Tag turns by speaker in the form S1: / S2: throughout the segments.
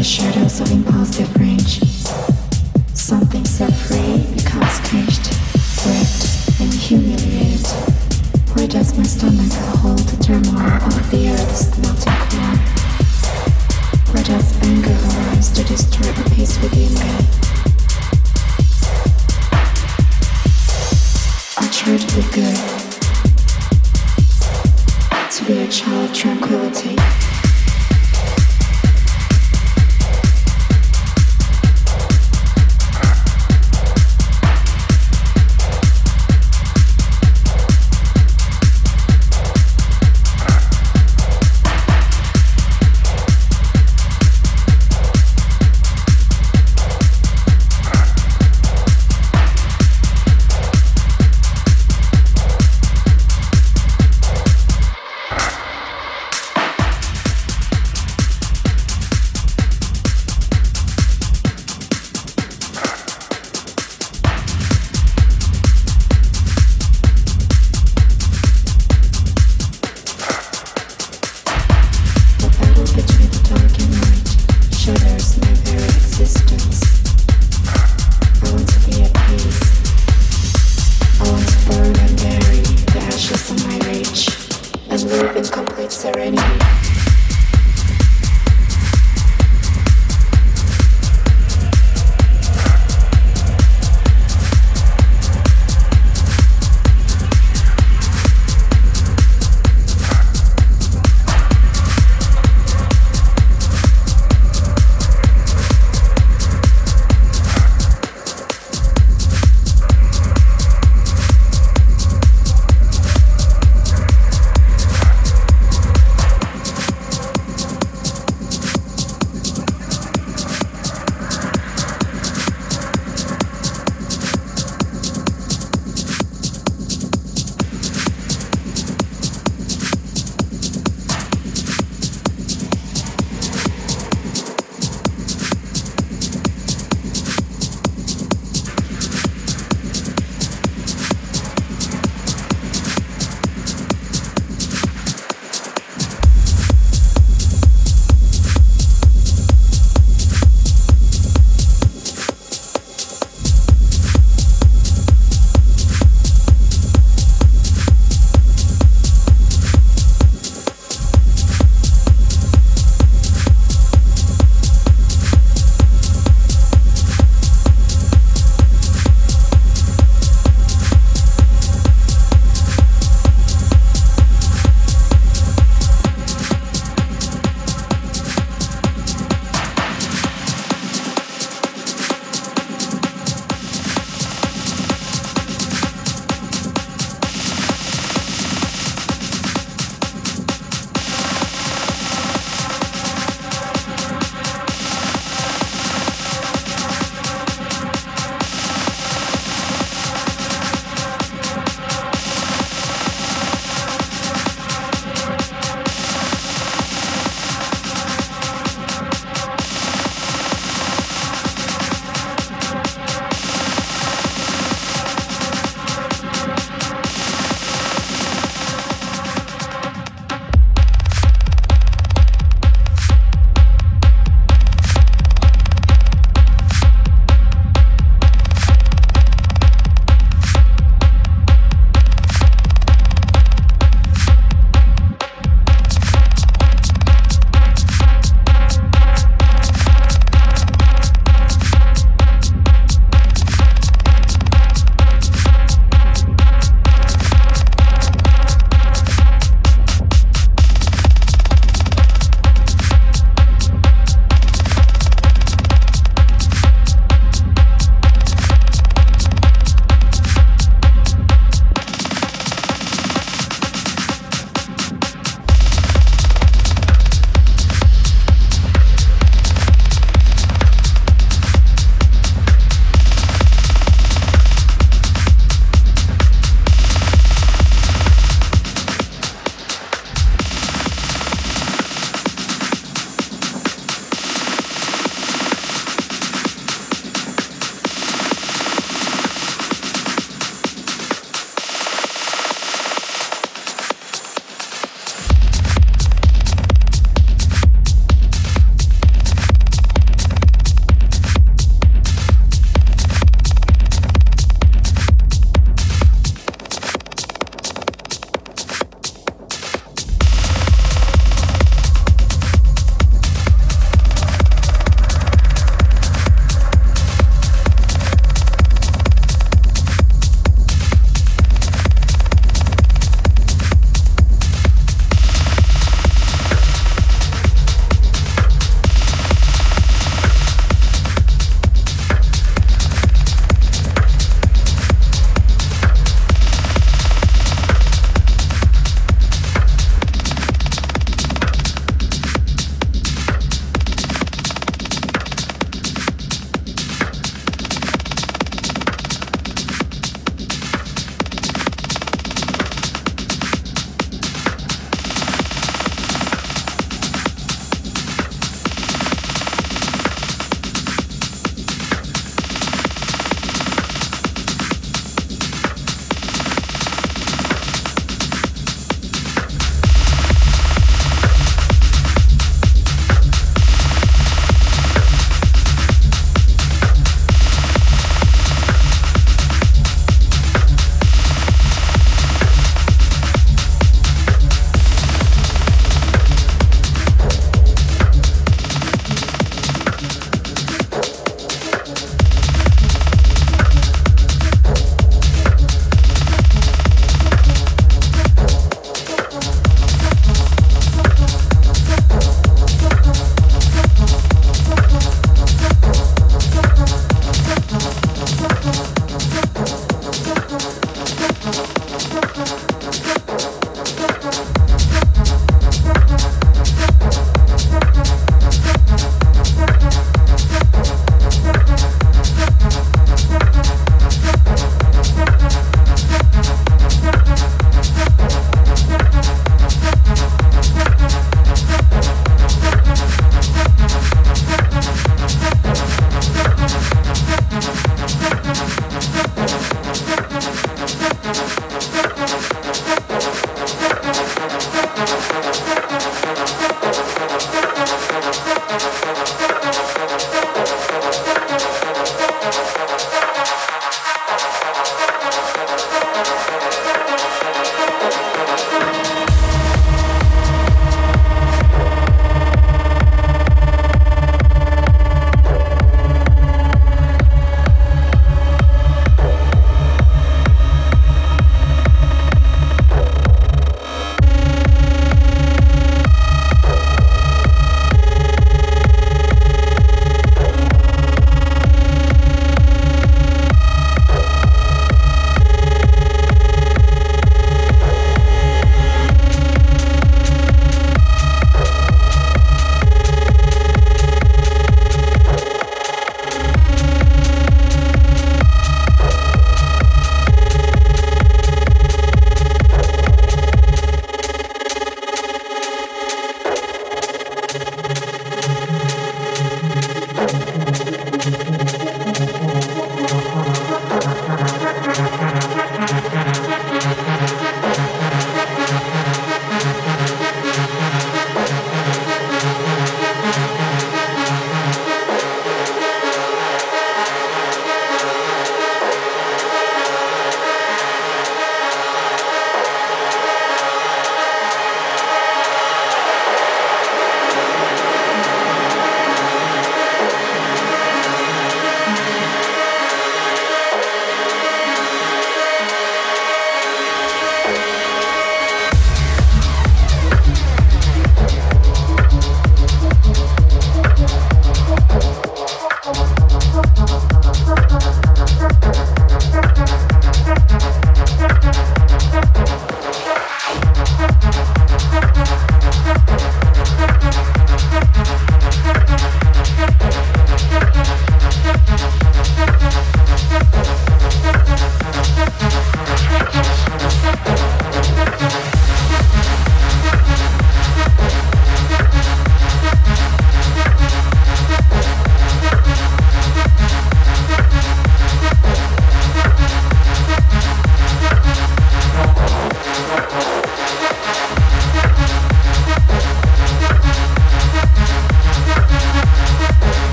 S1: of impulsive range. Something set free becomes caged, raped, and humiliated. Why does my stomach hold the turmoil of the earth's melting core? Why does anger arise to destroy the peace within me? I try to be good, to be a child of tranquility.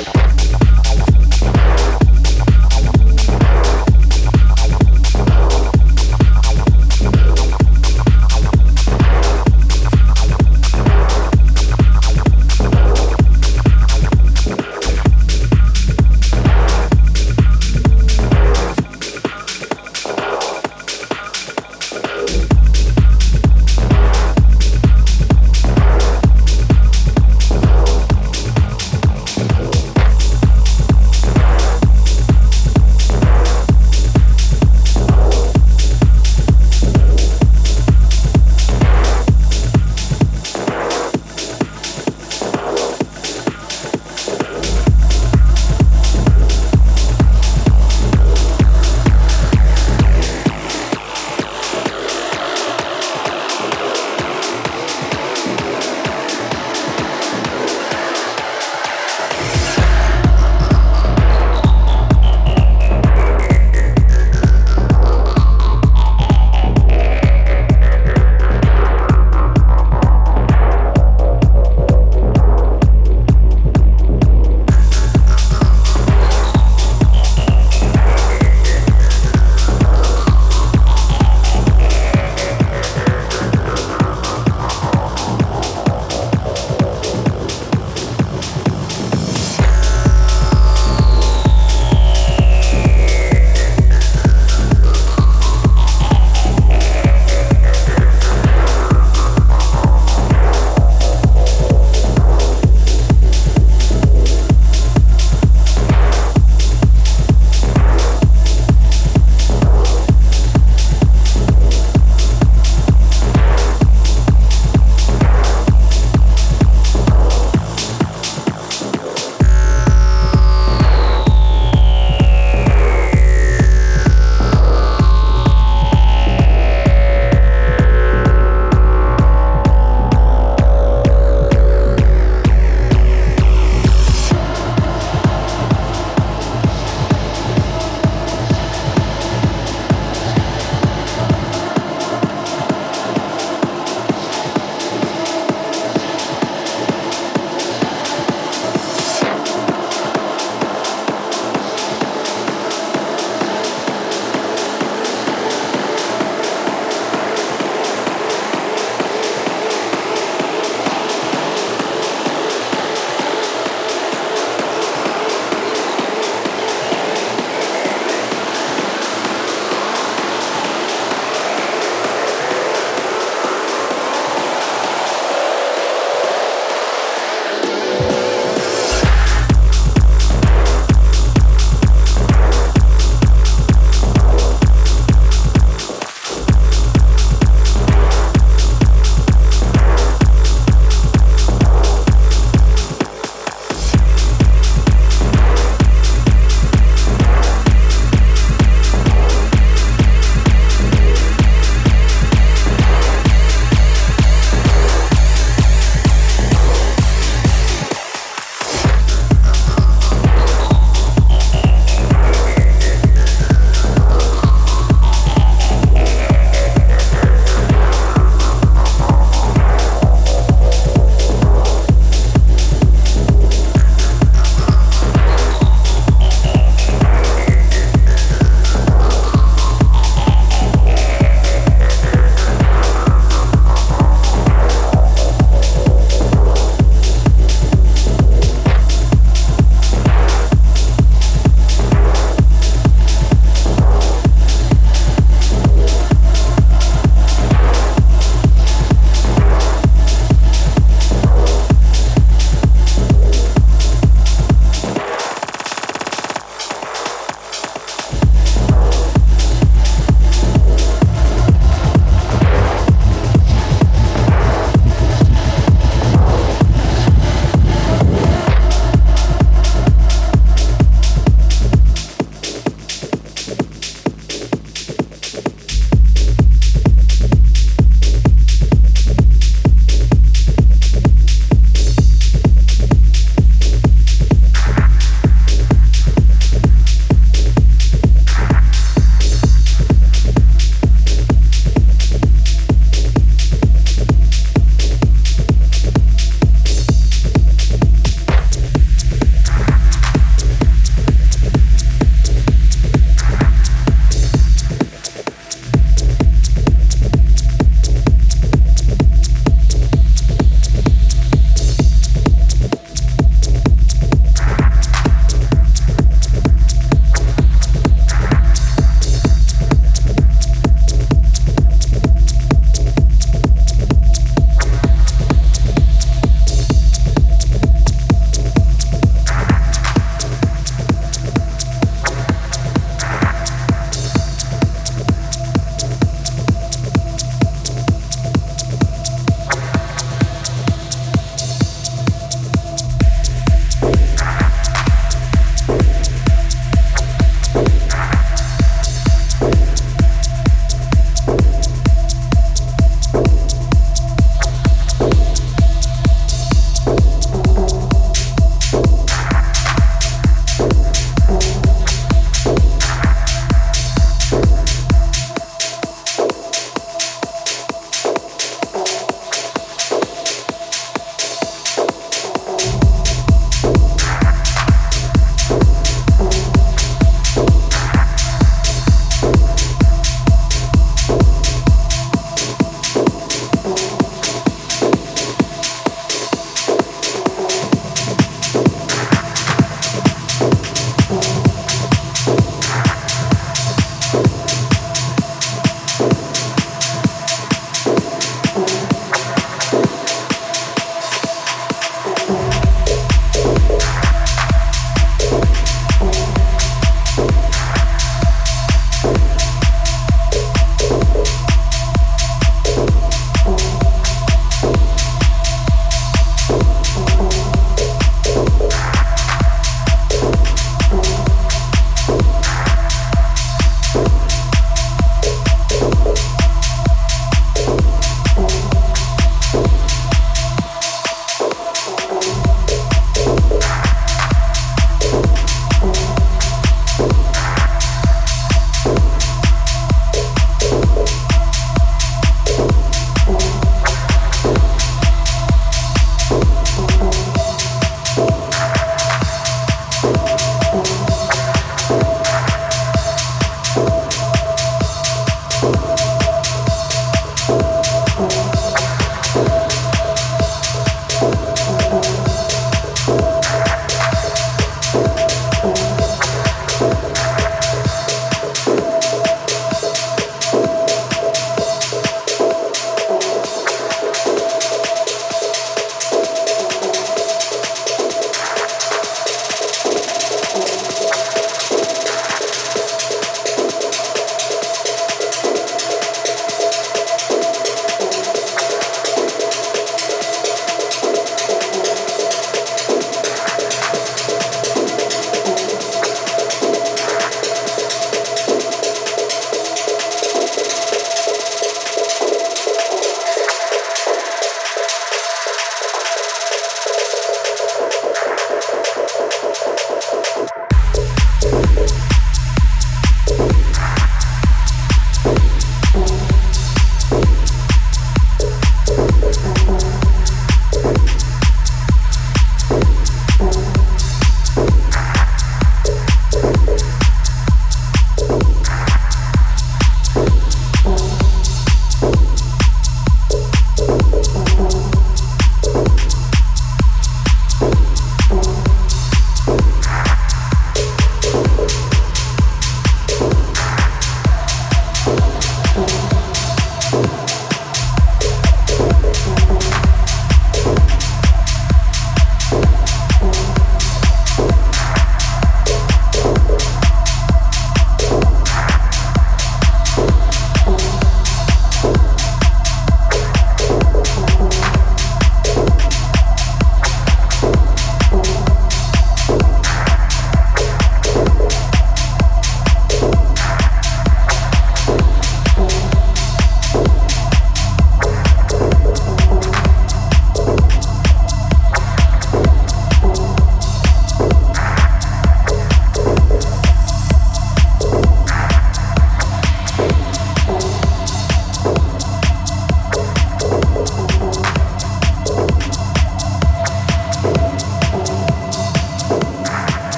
S2: Bye.